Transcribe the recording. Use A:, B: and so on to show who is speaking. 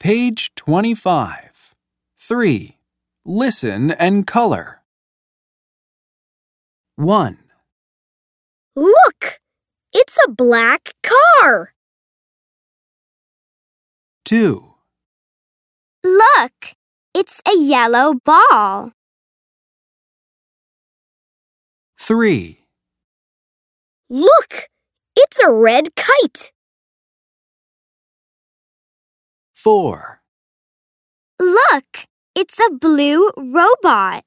A: Page 25. 3. Listen and color. 1,
B: Look! It's a black car!
A: 2,
B: Look! It's a yellow ball.
A: 3,
B: Look! It's a red kite.
A: 4,
B: Look! It's a blue robot.